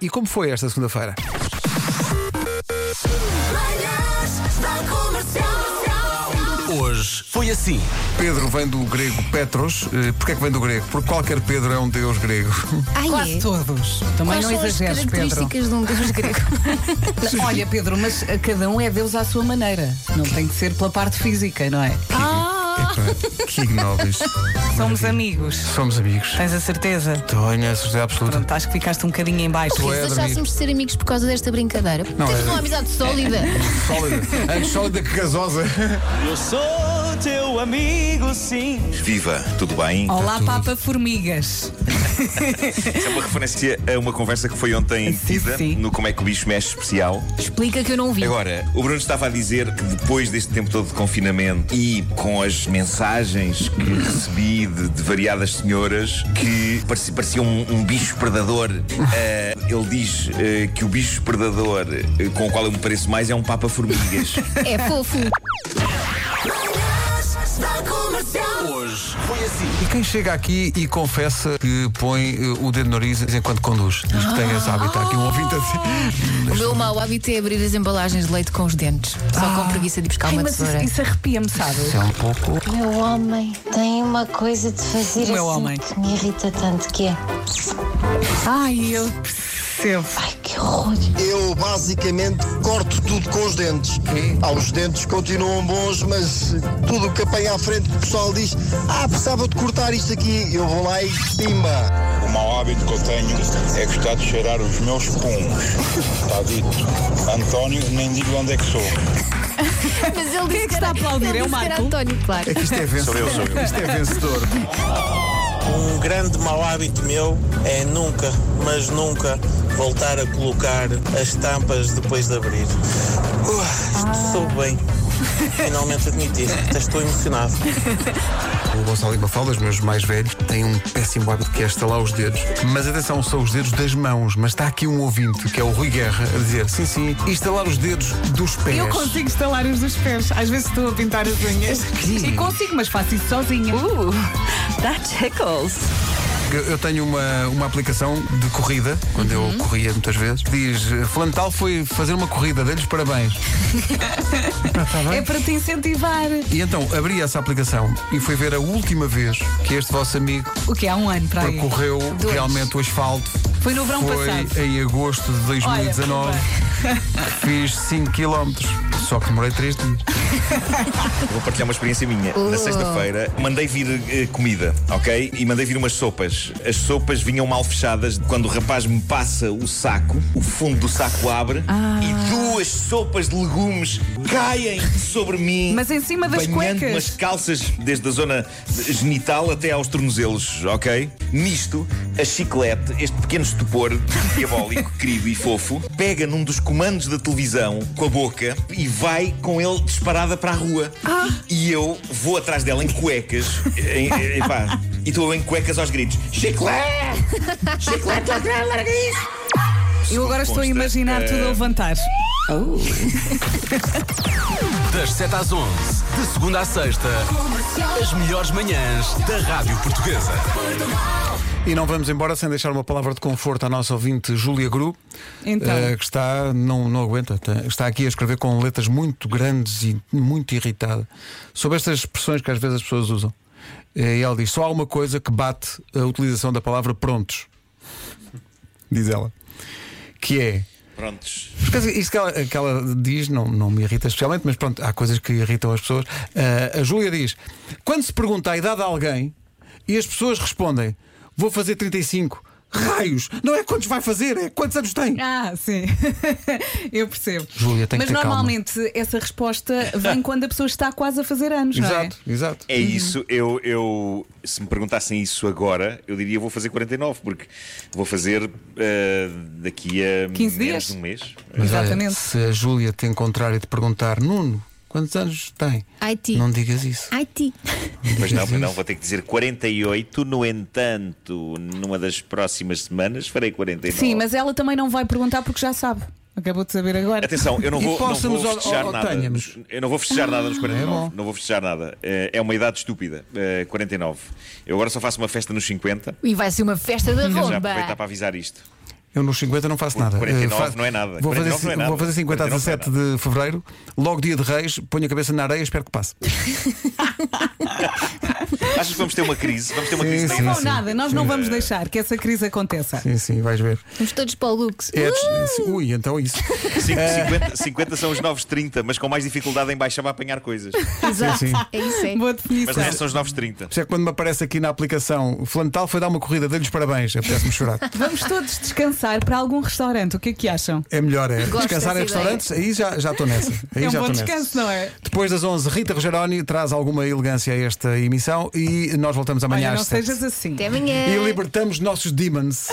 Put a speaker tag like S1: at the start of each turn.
S1: E como foi esta segunda-feira?
S2: Manhãs da Comercial.
S3: Hoje foi assim.
S1: Pedro vem do grego Petros. Eh, Porquê é que vem do grego? Porque qualquer Pedro é um deus grego.
S4: Ai,
S5: Quase
S4: é?
S5: todos. Também
S4: Quais
S5: não
S4: são as
S5: exageres, Pedro.
S4: características de um deus grego?
S5: Olha, Pedro, mas a cada um é Deus à sua maneira. Não tem que ser pela parte física, não é?
S1: Epá, que ignóbeis.
S5: Somos
S1: Maravilha.
S5: amigos.
S1: Somos amigos.
S5: Tens a certeza?
S1: Tenho a certeza absoluta.
S5: Pronto, acho que ficaste um bocadinho em baixo.
S1: Tu
S4: Se
S1: é dormir.
S4: deixássemos de ser amigos por causa desta brincadeira,
S1: Não,
S4: temos
S1: é-
S4: uma amizade sólida.
S1: Sólida. Antes sólida que gasosa.
S6: Eu sou teu amigo, sim.
S7: Viva, tudo bem?
S5: Olá, Papa Formigas.
S7: É uma referência a uma conversa que foi ontem
S5: Sim,
S7: tida
S5: sim.
S7: no Como é que o Bicho Mexe especial.
S4: Explica que eu não vi.
S7: Agora, o Bruno estava a dizer que depois deste tempo todo de confinamento e com as mensagens que recebi de, de variadas senhoras que parecia, parecia um, um bicho predador. Ah, ele diz ah, que o bicho predador ah, com o qual eu me pareço mais é um Papa Formigas.
S4: É fofo.
S2: Manhãs da Comercial.
S3: Hoje foi assim.
S1: E quem chega aqui e confessa que põe eh, o dedo no nariz enquanto conduz? Diz que tem esse hábito. Há aqui um ouvinte a dizer.
S4: O meu mau hábito é abrir as embalagens de leite com os dentes. Só
S1: Ah.
S4: com preguiça de buscar
S5: Ai,
S4: uma
S5: mas isso,
S4: tesoura.
S5: isso arrepia-me, sabes?
S1: É um pouco.
S8: Meu homem tem uma coisa de fazer
S5: Meu
S8: assim
S5: homem.
S8: que me irrita tanto que é.
S5: Ai, eu percebo.
S8: Ai que horror!
S9: Eu basicamente corto tudo com os dentes. Há os dentes que continuam bons, mas tudo o que apanha à frente o pessoal diz: Ah, precisava de cortar isto aqui. Eu vou lá e pimba.
S10: O mau hábito que eu tenho é gostar de cheirar os meus punhos. Está dito. António, nem digo onde é que sou.
S4: Mas ele disse
S5: é que está
S4: era-
S5: a aplaudir?
S4: ele
S5: É o
S4: disse que era
S5: Marco?
S4: António, claro.
S1: É que isto é vencedor.
S7: eu, sou eu.
S1: Isto é vencedor.
S10: Um grande mau hábito meu é nunca, mas nunca, voltar a colocar as tampas depois de abrir. isto soube bem. Finalmente admiti. Estou emocionado.
S1: O Gonçalo e Mafalda, os meus mais velhos, têm um péssimo hábito que é estalar os dedos. Mas atenção, são os dedos das mãos. Mas está aqui um ouvinte, que é o Rui Guerra, a dizer: sim, sim, instalar os dedos dos pés.
S5: Eu consigo estalar os dos pés. Às vezes estou a pintar as unhas. E consigo, mas faço isso sozinha.
S1: Eu, eu tenho uma, uma aplicação de corrida, quando
S5: Uhum.
S1: eu corria muitas vezes, diz: Fulano tal foi fazer uma corrida, dei-lhes parabéns.
S5: é para te incentivar.
S1: E então abri essa aplicação e fui ver a última vez que este vosso amigo
S5: O que há um ano para aí?
S1: percorreu
S4: Dois.
S1: realmente o asfalto.
S5: Foi no verão
S1: Foi
S5: passado.
S1: em agosto de
S5: Olha,
S1: 2019. Fiz 5 km, só que demorei 3 dias.
S7: Vou partilhar uma experiência minha.
S5: Oh.
S7: Na sexta-feira mandei vir eh, comida, ok? E mandei vir umas sopas. As sopas vinham mal fechadas. Quando o rapaz me passa o saco, o fundo do saco abre
S5: Ah.
S7: e duas sopas de legumes caem sobre mim.
S5: Mas em cima das
S7: banhando
S5: cuecas.
S7: umas calças desde a zona genital até aos tornozelos, ok? Nisto, a chiclete, este pequeno estupor diabólico, querido e fofo, pega num dos comandos da televisão com a boca e vai com ele disparada para a rua. E eu vou atrás dela em cuecas. em- em- epá, e estou em cuecas aos gritos. Chiclete! Chiclete, larga larga isso!
S5: Eu agora estou a
S7: Consta, eh,
S5: imaginar tudo a levantar.
S3: Das 7 às 11, de segunda à sexta, as melhores manhãs da Rádio Portuguesa.
S1: E não vamos embora sem deixar uma palavra de conforto à nossa ouvinte Júlia Gru,
S5: Então.
S1: eh, que está, não, não aguenta, tá- está aqui a escrever com letras muito grandes e muito irritada sobre estas expressões que às vezes as pessoas usam. Eh, E ela diz: só há uma coisa que bate a utilização da palavra prontos, diz ela, que é.
S7: Prontos.
S1: Porque isto que ela, que ela diz não, não me irrita especialmente, mas pronto, há coisas que irritam as pessoas. Ah, a Júlia diz: quando se pergunta a idade a alguém e as pessoas respondem, vou fazer 35, raios, não é quantos vai fazer, é quantos anos tem.
S5: Ah, sim. Eu percebo.
S1: Júlia, tem que
S5: Mas
S1: ter calma.
S5: normalmente essa resposta vem quando a pessoa está quase a fazer anos, não é?
S1: Exato, exato.
S7: É isso, eu, eu se me perguntassem isso agora, eu diria vou fazer 49, porque vou fazer eh, daqui a
S5: 15
S7: menos
S5: dias.
S7: de um mês.
S1: Mas olha,
S5: Exatamente.
S1: se a Júlia te encontrar e te perguntar, Nuno, quantos anos tem?
S4: Ai, ti.
S1: Não digas isso.
S4: Ai, ti.
S7: Mas não, mas
S1: isso.
S7: não, vou ter que dizer 48, no entanto, numa das próximas semanas farei 49.
S5: Sim, mas ela também não vai perguntar porque já sabe. Acabou de saber agora.
S7: Atenção, eu não
S1: E
S7: vou, não
S1: possamos
S7: vou
S1: ou-
S7: festejar
S1: ou- ou
S7: nada.
S1: tenhamos.
S7: Eu não vou festejar nada nos
S1: é
S7: 49.
S1: bom.
S7: não vou festejar nada. Eh, É uma idade estúpida. eh, 49. Eu agora só faço uma festa nos 50.
S4: E vai ser uma festa da
S7: Quero Já
S4: bomba.
S7: aproveitar para avisar isto.
S1: Eu nos 50 não faço nada.
S7: 49
S1: Eh, faço-
S7: não é nada.
S1: Vou fazer,
S7: 49 não é nada.
S1: vou fazer 50 a
S7: 49 não é
S1: 17 de fevereiro, logo dia de Reis, ponho a cabeça na areia, espero que passe.
S7: Achas que vamos ter uma crise? Vamos ter uma
S1: Sim,
S7: crise da
S1: sim,
S5: Não,
S7: idade.
S1: sim.
S5: nada, nós não vamos deixar que essa crise aconteça.
S1: Sim, sim, vais ver.
S4: Vamos todos para o Lux. Uh!
S1: É, Ui, então isso.
S7: Cin- 50, 50 são os novos 30, mas com mais dificuldade em baixar para apanhar coisas.
S4: Exato.
S1: sim.
S4: É isso, é.
S5: Boa
S7: Mas
S5: definição.
S7: não são os novos 30.
S1: Por isso é que quando me aparece aqui na aplicação, o fulano de tal foi dar uma corrida, dei-lhe os parabéns, apetece-me chorar.
S5: Vamos todos descansar para algum restaurante, o que é que acham?
S1: É melhor, é.
S4: Gosto
S1: Descansar em
S4: dessa ideia.
S1: restaurantes, aí já já estou nessa. Aí
S5: É um
S1: já
S5: bom
S1: estou nessa.
S5: descanso, não é?
S1: Depois das 11, Rita Rogeroni traz alguma elegância a esta emissão e nós voltamos amanhã
S5: Olha, não
S1: às 7.
S5: sejas assim.
S4: Até amanhã.
S1: E libertamos nossos demons.